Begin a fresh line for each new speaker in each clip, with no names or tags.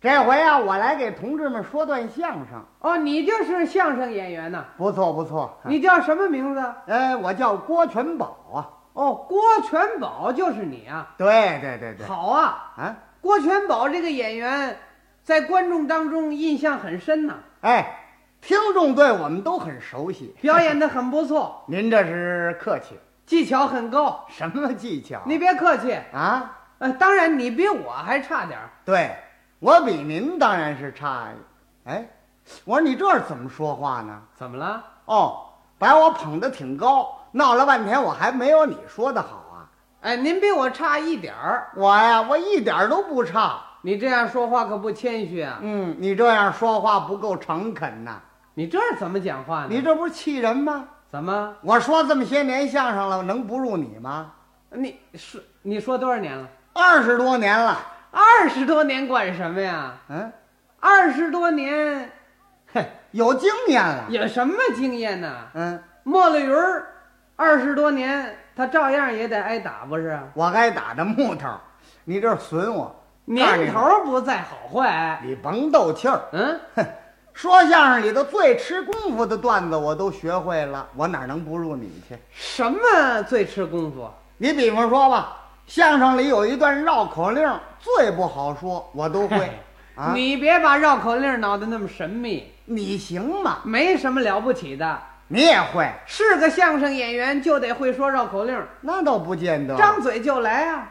这回啊，我来给同志们说段相声，
哦，你就是相声演员呐？
不错不错。
你叫什么名字？
哎，我叫郭全宝啊。
哦，郭全宝就是你啊！
对对对对，
好啊，
啊，
郭全宝这个演员，在观众当中印象很深呐、
哎，听众对我们都很熟悉。
表演的很不 错，
您这是客气，
技巧很高。
什么技巧？
你别客气，
啊，
呃，当然你比我还差点儿。
对我比您当然是差。哎，我说你这是怎么说话呢？
怎么了？
哦，把我捧得挺高，闹了半天我还没有你说的好啊。
哎，您比我差一点儿。
我呀，我一点儿都不差。
你这样说话可不谦虚啊！
嗯，你这样说话不够诚恳呐、
你这是怎么讲话呢？
你这不是气人吗？
怎么？
我说这么些年相声了，能不入你吗？
你是你说多少年了？
二十多年了，
二十多年管什么呀？
嗯，
二十多年，嘿，
有经验了，
有什么经验呢？
嗯，
莫了云儿，二十多年，他照样也得挨打，不是？
我该打的木头，你这是损我。
年
告诉
头不在好坏。
你你甭斗气儿。
嗯，
说相声里头最吃功夫的段子我都学会了，我哪能不入你去？
什么最吃功夫？。
你比方说吧，相声里有一段绕口令最不好说，我都会 啊，
你别把绕口令闹得那么神秘，
你行吗？
没什么了不起的。
你也会？
是个相声演员就得会说绕口令，
那倒不见得。
张嘴就来啊！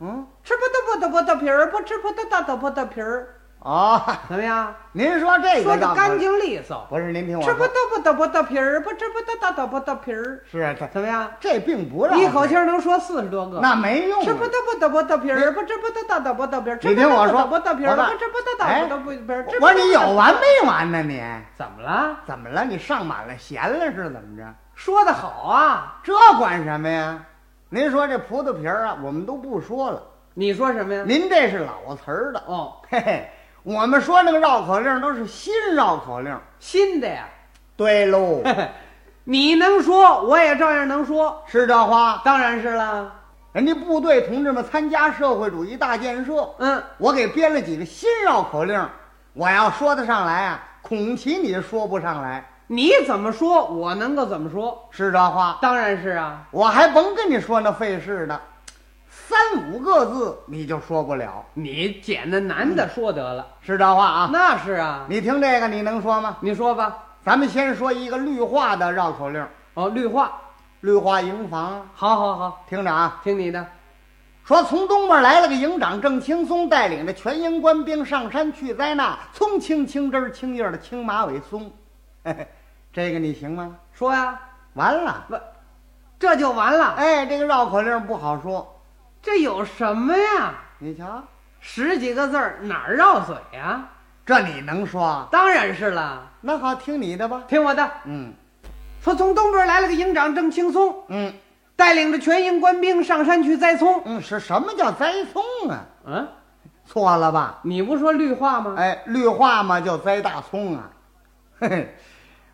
嗯，
吃不得不得不得皮儿，不吃不得大得不得皮儿，
哦，
怎么样？
您说这个
说
倒
的
不
干净利索。
不是您听我
吃不
说
得，不得不得皮儿，不吃不得大得不得皮儿，
是啊他
怎么样？
这并不让
一口气儿能说四十多个。
那没用啊。
吃不得不得不得皮儿，不吃不得大得不得皮儿。
你听我说
不得皮儿，
我看
不吃不得大不得不皮儿。吃不
我
得
说你有完没完呢你？
怎么了？
怎么了？你上满了弦了是怎么着？
说的好啊！
这管什么呀？您说这葡萄皮儿啊，我们都不说了。
你说什么呀？
您这是老词儿的，
哦，
嘿嘿，我们说那个绕口令都是新绕口令。
新的呀！
对喽，
你能说，我也照样能说。
是这话。
当然是啦。
人家部队同志们参加社会主义大建设，
嗯，
我给编了几个新绕口令，我要说得上来啊，恐其你说不上来，
你怎么说，我能够怎么说？
是这话。
当然是啊。
我还甭跟你说那费事的，三五个字你就说不了，
你捡那男的说得了。
是这话啊。
那是啊。
你听这个你能说吗？
你说吧。
咱们先说一个绿化的绕口令，
哦，绿化，
绿化营房，
好好好，
听着啊，
听你的。
说从东边来了个营长郑青松，带领着全营官兵上山去灾难。葱青青枝儿青叶儿的青马尾松， 嘿嘿，这个你行吗？
说呀，
完了，
不，这就完了。
哎，这个绕口令不好说，
这有什么呀？
你瞧，
十几个字儿哪儿绕嘴呀？
这你能说？
当然是了。
那好，听你的吧。
听我的，
嗯
说从东边来了个营长郑青松，
嗯
带领着全营官兵上山去栽葱。
嗯，是什么叫栽葱啊？
嗯，
错了吧？
你不说绿化吗？
哎，绿化嘛叫栽大葱啊，嘿嘿，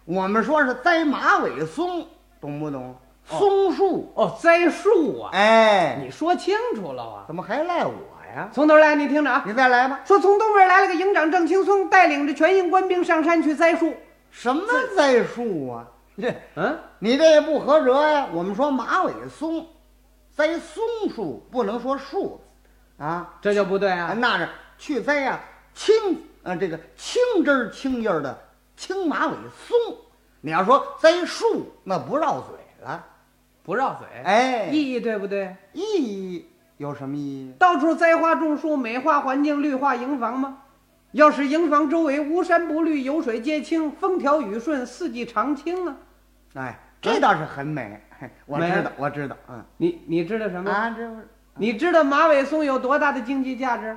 我们说是栽马尾松，懂不懂？松树，
哦，栽树啊。
哎，
你说清楚了啊。
怎么还赖我呀？
从头来，你听着啊。
你再来吧。
说从东边来了个营长郑青松，带领着全营官兵上山去栽树。
什么栽树啊？这
嗯，
你这也不合辙呀。我们说马尾松，栽松树不能说树字啊，
这就不对啊。
那是去栽呀、青呃这个青枝儿青叶儿的青马尾松。你要说栽树，那不绕嘴了。
不绕嘴，
哎
意义对不对？
意义有什么意义？
到处栽花种树，美化环境，绿化营房吗？要使营房周围无山不绿，有水皆清，风调雨顺，四季常青啊！
哎，这倒是很美。嘿我知道，我知道，嗯
你你知道什么？
啊，这不是
你知道马尾松有多大的经济价值？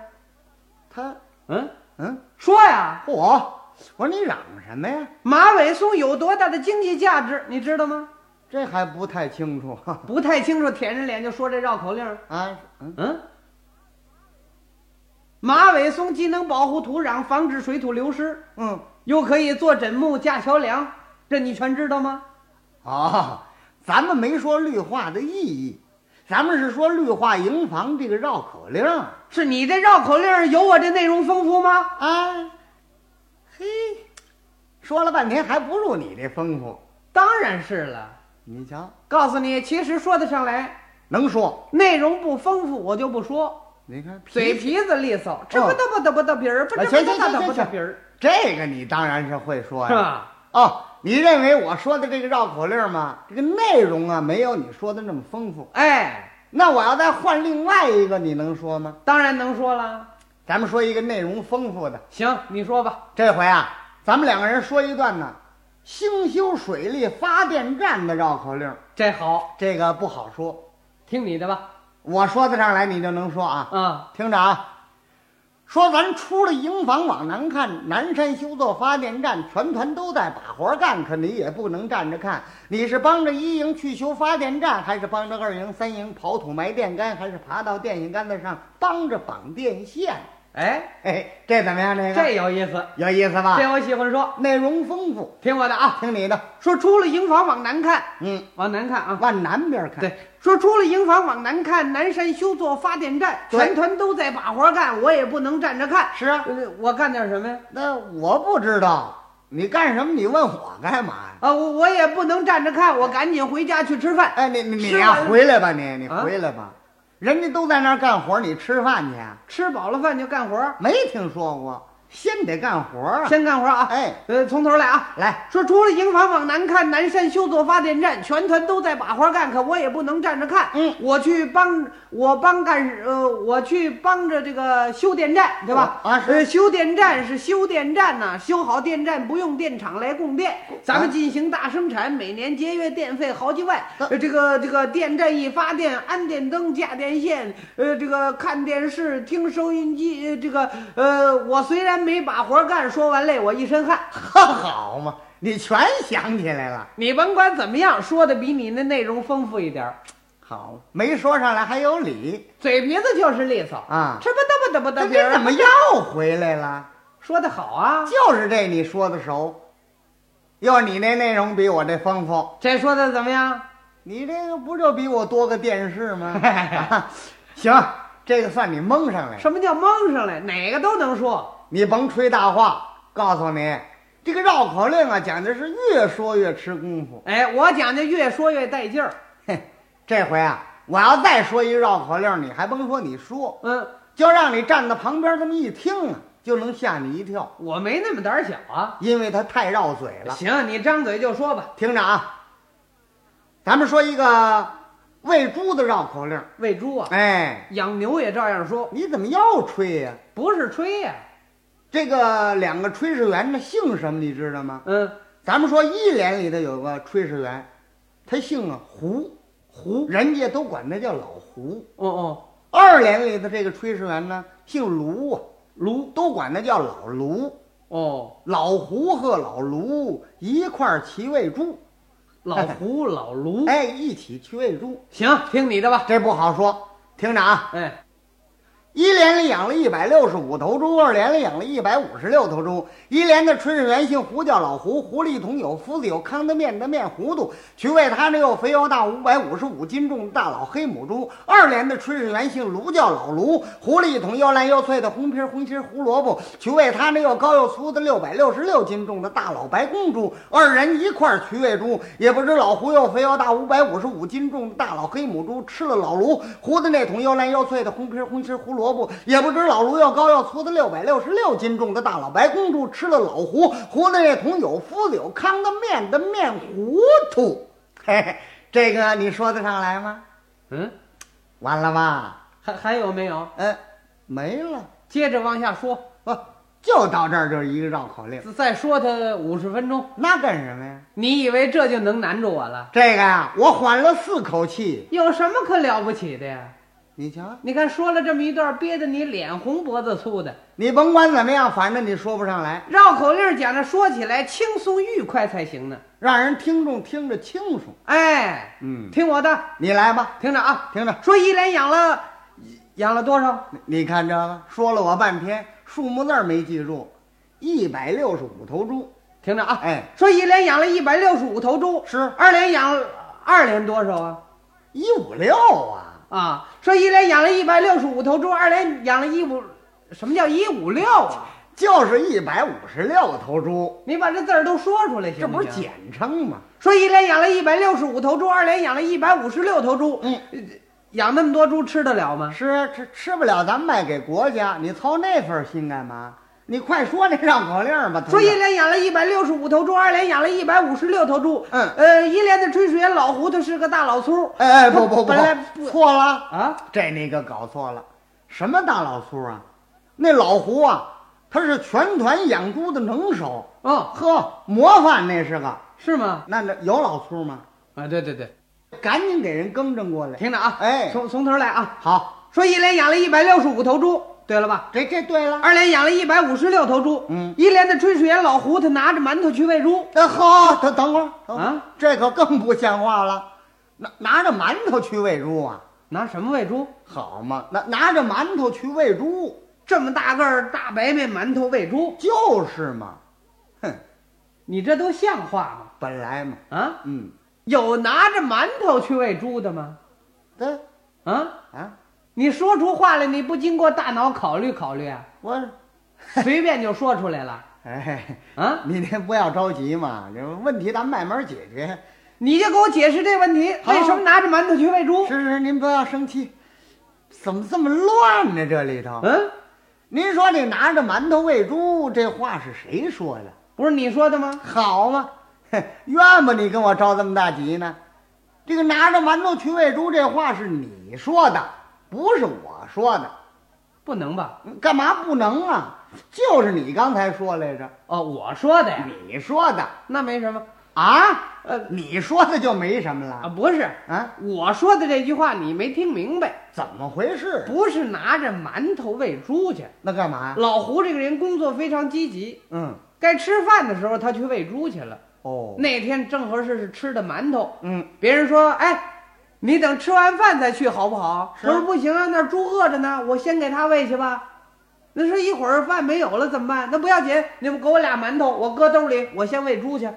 他，
嗯，
嗯，
说呀，
嚯！我说你嚷什么呀？
马尾松有多大的经济价值？你知道吗？
这还不太清楚
不太清楚，舔着脸就说这绕口令儿。
啊，嗯，
嗯，马尾松既能保护土壤，防止水土流失，
嗯，
又可以做枕木、架桥梁，这你全知道吗？
哦，咱们没说绿化的意义，咱们是说绿化营房这个绕口令儿
是你这绕口令儿有我这内容丰富吗？
啊。嘿，说了半天还不如你这丰富。
当然是了。
你瞧，
告诉你，其实说得上来，
能说？
内容不丰富我就不说，
你看
嘴皮子利
哦
索，吃不得不得不得皮儿，不得不得不得不得皮儿，
这个你当然是会说
是啊
呀。
吧？
哦，你认为我说的这个绕口令吗？这个内容啊，没有你说的那么丰富。
哎，
那我要再换另外一个，你能说吗？
当然能说了。
咱们说一个内容丰富的。
行，你说吧。
这回啊，咱们两个人说一段呢，兴修水利发电站的绕口令，
这好，
这个不好说。
听你的吧。
我说得上来，你就能说啊。
啊，
听着啊，说咱出了营房往南看，南山修造发电站，全团都在把活干，可你也不能站着看。你是帮着一营去修发电站，还是帮着二营、三营刨土埋电杆，还是爬到电线杆子上帮着绑电线？
哎，
哎，这怎么样？这个
这有意思，
有意思吧？
这我喜欢说。
内容丰富，
听我的啊，
听你的，
说出了营房往南看，
嗯，
往南看啊。
往南边看。，
对，说出了营房往南看，南山修座发电站，
对
全团都在把活干，我也不能站着看。
是啊，
呃我干点什么呀？
那我不知道你干什么，你问我干嘛呀？
啊，我我也不能站着看，我赶紧回家去吃饭。
哎，你你你
吃
呀、
完了
回来吧，你你
啊
回来吧，人家都在那儿干活，你吃饭去啊？
吃饱了饭就干活儿，
没听说过，先得干活啊！
先干活儿啊。
哎，
呃，从头来啊。
来，
说除了营房往南看，南山修座发电站，全团都在把活干，可我也不能站着看。
嗯
我去帮，我帮干，呃，我去帮着这个修电站，对吧？
啊是
呃，修电站是修电站呐、修好电站不用电厂来供电，
哦
咱们进行大生产，每年节约电费好几万。
啊
呃，这个这个电站一发电，安电灯、架电线，呃，这个看电视、听收音机，呃，这个呃，我虽然没把活干，说完累我一身汗。
呵，好嘛，你全想起来了，
你甭管怎么样，说的比你那内容丰富一点儿，
好，没说上来还有理
嘴皮子就是利索，
啊？
吃不得不得不
那
得
你
别
怎
人
么又回来了？
说的好啊，
就是这你说的熟，要你那内容比我这丰富。
这说的怎么样？
你这个不就比我多个电视吗？ 行，这个算你蒙上来了。
什么叫蒙上来？哪个都能说，
你甭吹大话，告诉你，这个绕口令啊，讲的是越说越吃功夫。
哎，我讲的越说越带劲儿，
嘿，这回啊，我要再说一绕口令，你还甭说你说，
嗯，
就让你站在旁边这么一听啊，就能吓你一跳，
我没那么胆儿小啊。
因为它太绕嘴了。
哎行，你张嘴就说吧，
听着啊，咱们说一个喂猪的绕口令。
喂猪啊，
哎，
养牛也照样说，
你怎么又吹呀、
不是吹呀、
这个两个炊事员的姓什么你知道吗？
嗯，
咱们说一连里头有个炊事员，他姓啊胡，
胡，
人家都管他叫老胡。
哦哦，
二连里的这个炊事员呢，姓卢啊，
卢，
都管他叫老卢。
哦，
老胡和老卢一块儿骑喂猪，
老 胡，老卢，
哎，一起去喂猪，
行，听你的吧，
这不好说。听着啊，
哎，
一连里养了一百六十五头猪，二连里养了一百五十六头猪。一连的炊事员姓胡，叫老胡，胡里桶有夫子有糠的面的面糊涂，取喂他那又肥又大五百五十五斤重的大老黑母猪。二连的炊事员姓卢，叫老卢，胡里桶又烂又脆的红皮儿红心儿胡萝卜，取喂他那又高又粗的六百六十六斤重的大老白公猪。二人一块儿取喂猪，也不知老胡又肥又大五百五十五斤重的大老黑母猪吃了老卢胡的那桶又烂又脆的红皮儿红心儿胡萝卜，也不知老卢又高又粗的六百六十六斤重的大老白公猪吃了老胡胡的那桶有麸子有糠的面的面糊涂。嘿嘿，这个你说得上来吗？
嗯，
完了吧？
还还有没有？
呃，没了，
接着往下说。
不、就到这儿就是一个绕口令，
再说他五十分钟，
那干什么呀？
你以为这就能难住我了？
这个呀、我缓了四口气，
有什么可了不起的呀？
你瞧，
你看说了这么一段，憋得你脸红脖子粗的。
你甭管怎么样，反正你说不上来。
绕口令讲的说起来轻松愉快才行呢。
让人听众听着清楚。
哎，
嗯，
听我的，
你来吧，
听着啊，
听着，
说一连养了，养了多少？
你你看这个，说了我半天，数目字儿没记住，一百六十五头猪，
听着啊，
哎，
说一连养了一百六十五头猪，
是
二连养二连多少啊？
一五六啊，
啊，说一连养了一百六十五头猪，二连养了一五，什么叫一五六啊？
就是一百五十六头猪，
你把这字儿都说出来行
这不是
行？
简称吗？
说一连养了一百六十五头猪，二连养了一百五十六头猪，呃
嗯，
养那么多猪吃得了吗？
吃吃吃不了，咱们卖给国家，你操那份心干嘛？你快说那绕口令儿吧，同
说一
志
连养了一百六十五头猪，二连养了一百五十六头猪。
嗯
呃，一连的炊事员老胡他是个大老粗
哎哎不不不
本来
不，
不
错了，
啊，
这你可搞错了，什么大老粗啊？那老胡啊，他是全团养猪的能手，
哦，
呵，模范那是个。
是吗？
那那有老粗吗？
啊，对对对，
赶紧给人更正过来。
听着啊，
哎
从从头来啊。
好，
说一连养了一百六十五头猪，对了吧？
这这对了。
二连养了一百五十六头猪。
嗯
一连的炊事员老胡他拿着馒头去喂猪。
哎，好，等等会儿等会儿
啊
这可更不像话了。拿拿着馒头去喂猪啊？
拿什么喂猪？
好嘛，拿拿着馒头去喂猪，
这么大个儿大白面馒头喂猪，
就是嘛。哼，
你这都像话
本来嘛，
吗？啊，
嗯，
有拿着馒头去喂猪的吗？
对
啊？
啊，
你说出话来，你不经过大脑考虑 考虑啊，
我，
随便就说出来了
哎，
啊？
你这不要着急嘛，这问题咱们慢慢解决。
你就给我解释这问题，
好
为什么拿着馒头去喂猪？
是啊是，您不要生气，怎么这么乱呢？这里头，
嗯，
您说这拿着馒头喂猪这话是谁说的？
不是你说的吗？
好嘛， 哼怨吧你跟我着这么大急呢？这个拿着馒头去喂猪这话是你说的，不是我说的，
不能吧？
嗯干嘛不能啊？就是你刚才说来着，
哦，我说的呀，
你说的
那没什么
啊？
呃
你说的就没什么
啊，
了
不是
啊？
我说的这句话你没听明白，
怎么回事？
不是拿着馒头喂猪去。
那干嘛？
老胡这个人工作非常积极，
嗯，
该吃饭的时候他去喂猪去了。
哦，
那天正合适是吃的馒头，
嗯，
别人说：“哎，你等吃完饭再去好不好？”
是
我说：“不行啊，那猪饿着呢，我先给它喂去吧。”那说一会儿饭没有了怎么办？那不要紧，你们给我俩馒头，我搁兜里，我先喂
哎
猪去。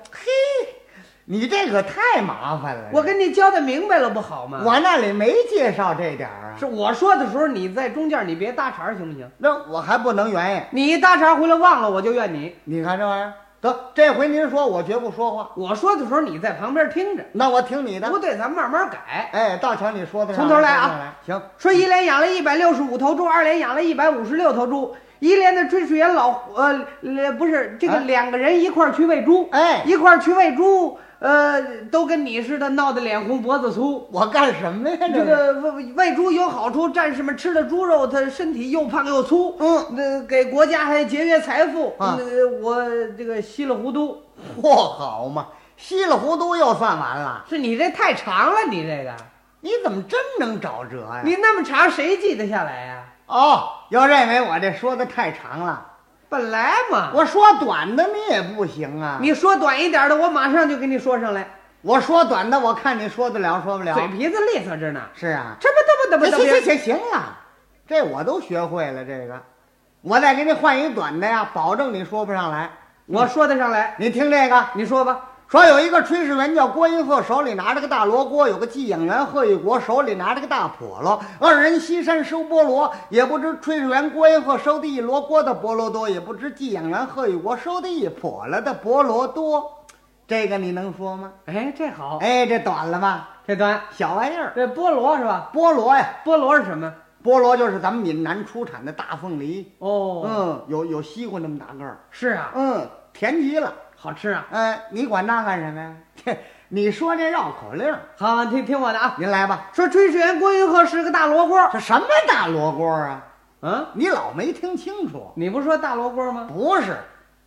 你这个太麻烦了。
我跟你交代明白了不好吗？
我那里没介绍这点儿啊，
是我说的时候，你在中间，你别搭茬儿行不行？
那我还不能原谅。
你一搭茬儿回来忘了，我就怨你。
你看这玩意儿，得这回您说，我绝不说话。
我说的时候你在旁边听着，
那我听你的。
不对，咱慢慢改。
哎，大强，你说的
从头来啊！
行，
说一连养了一百六十五头猪，二连养了一百五十六头猪。一连的炊事员老胡呃呃不是这个
啊
两个人一块儿去喂猪，
哎
一块儿去喂猪，呃，都跟你似的闹得脸红脖子粗。
我干什么呀？
这
个
个喂喂猪有好处，战士们吃了猪肉，他身体又胖又粗，
嗯，
那给国家还节约财富。
啊
那我这个稀里糊涂，
嚯，好嘛，稀里糊涂又算完了，
是你这太长了，你这个，
你怎么真能找辙呀？
你那么长谁记得下来呀、
哦，要认为我这说的太长了，
本来嘛，
我说短的你也不行啊。
你说短一点的，我马上就给你说上来。
我说短的，我看你说得了说不了。
嘴皮子利索着呢。
是啊，
这不这不
行
这不
行
这
行行了，这我都学会了这个，我再给你换一短的呀，保证你说不上来。
不，我说得上来，
你听这个。
你说吧。
说有一个炊事员叫郭英鹤，手里拿着个大罗锅；有个寄养员贺玉国，手里拿着个大笸箩。二人西山收菠萝，也不知炊事员郭英鹤收的一箩锅的菠萝多，也不知寄养员贺玉国收的一笸箩的菠萝多。这个你能说吗？
哎，这好，
哎，这短了吧？
这端
小玩意儿，
这菠萝是吧？
菠萝呀，
菠萝是什么？
菠萝就是咱们闽南出产的大凤梨，
哦，
嗯，有有西瓜那么大个儿，
是啊，
嗯，甜极了。
好吃啊。
嗯，你管那干什么呀？ 你说这绕口令儿，
好，听听我的啊。
您来吧。
说炊事员郭云鹤是个大罗锅，
这什么大罗锅啊？
嗯，
你老没听清楚？
你不说大罗锅吗？
不是，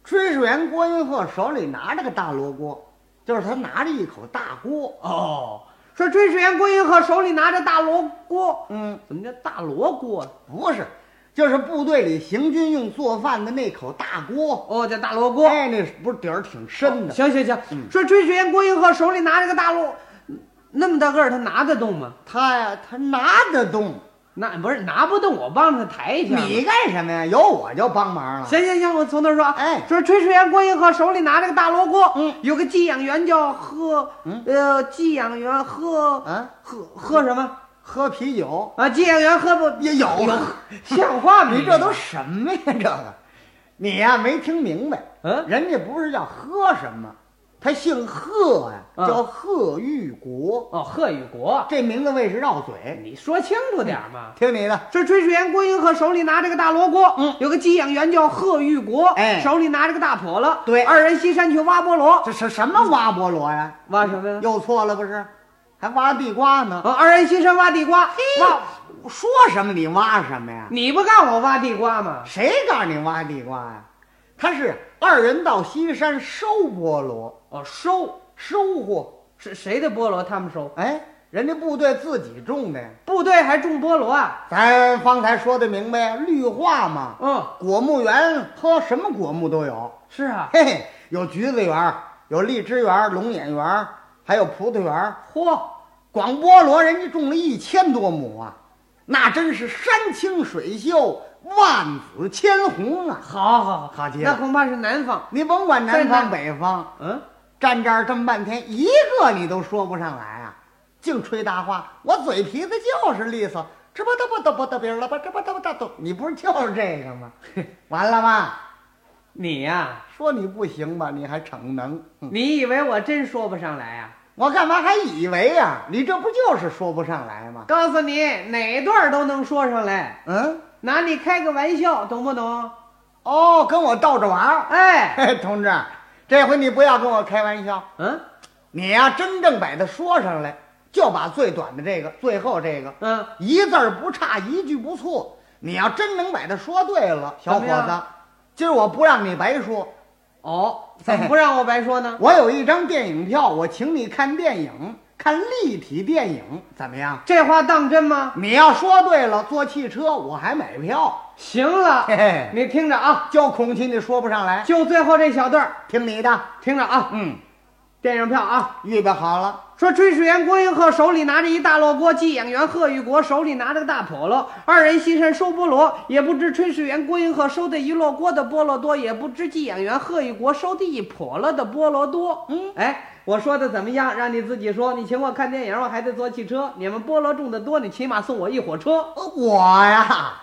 炊事员郭云鹤手里拿着个大罗锅，就是他拿着一口大锅。
哦，说炊事员郭云鹤手里拿着大罗锅，
嗯，
怎么叫大罗锅啊？
不是，就是部队里行军用做饭的那口大锅。
哦，叫大罗锅。
哎，那不是底儿挺深的，
行行行，
嗯
说炊事员郭云鹤手里拿着个大罗，那么大个儿，他拿得动吗？
他呀，他拿得动。
那不是拿不动，我帮他抬一下嘛。
你干什么呀？有我就帮忙了。
行行行，我从头说啊。
哎
说炊事员郭英鹤手里拿着个大罗锅，
嗯，
有个寄养员叫贺，
嗯
呃，寄养员贺
啊，
贺贺什么？
喝啤酒
啊，接应员喝不
也有，啊
像话吗？啊
你这都什么呀？这个，你呀、没听明白，
嗯
人家不是叫喝什么，他姓贺呀、
嗯
叫贺玉国，
哦，贺宇国，
这名字为是绕嘴，
你说清楚点儿嘛。
听你的。
这炊事员郭英鹤手里拿着个大罗锅，
嗯
有个给养员叫贺玉国，
哎
手里拿着个大笸箩，
对
二人西山去挖菠萝，
这是什么挖菠萝呀、
挖什么呀？
又错了不是？还挖地瓜呢？
啊，二人西山挖地瓜，挖，
挖说什么你挖什么呀？
你不干我挖地瓜吗？
谁告诉你挖地瓜呀、啊他是二人到西山收菠萝，
哦，收
收获。
是谁的菠萝他们收？
哎，人家部队自己种的呀。
部队还种菠萝啊？
咱方才说的明白呀，绿化嘛，
嗯，
果木园呵，什么果木都有。
是啊。
嘿嘿，有橘子园，有荔枝园、龙眼园，还有葡萄园。
嚯，
广菠萝人家种了一千多亩啊，那真是山清水秀，万紫千红啊！
好好好，
好极
那
了
恐怕是南方。
你甭管南
在哪
方北方，
嗯，
站这儿这么半天，一个你都说不上来啊，净吹大话。我嘴皮子就是利索，这不嘚不嘚不嘚别了吧，这不嘚不嘚嘚，你不是就是这个吗？完了吧？
你呀、
说你不行吧，你还逞能。嗯
你以为我真说不上来啊？
我干嘛还以为呀、你这不就是说不上来吗？
告诉你，哪段儿都能说上来，
嗯，
拿你开个玩笑，懂不懂？
哦，跟我逗着玩儿。
哎，
嘿，同志，这回你不要跟我开玩笑，
嗯
你呀、真正把它说上来，就把最短的这个，最后这个，
嗯，
一字儿不差，一句不错。你要真能把它说对了，小伙
怎么
子
样，
今儿我不让你白说。
哦，怎么不让我白说呢？
我有一张电影票，我请你看电影，看立体电影，怎么样？
这话当真吗？
你要说对了，坐汽车我还买票。
行了
嘿，嘿，
你听着啊，
就恐气你说不上来，
就最后这小段儿，
听你的。
听着啊，
嗯，
电影票啊。
预备好了。
说炊事员郭英鹤手里拿着一大箩锅，寄养员贺玉国手里拿着个大笸箩，二人西山收菠萝，也不知炊事员郭英鹤收的一箩锅的菠萝多，也不知寄养员贺玉国收的一笸箩的菠萝多。
嗯，
哎，我说的怎么样？让你自己说。你请我看电影，我还得坐汽车。你们菠萝种的多，你起码送我一火车。
呃我呀，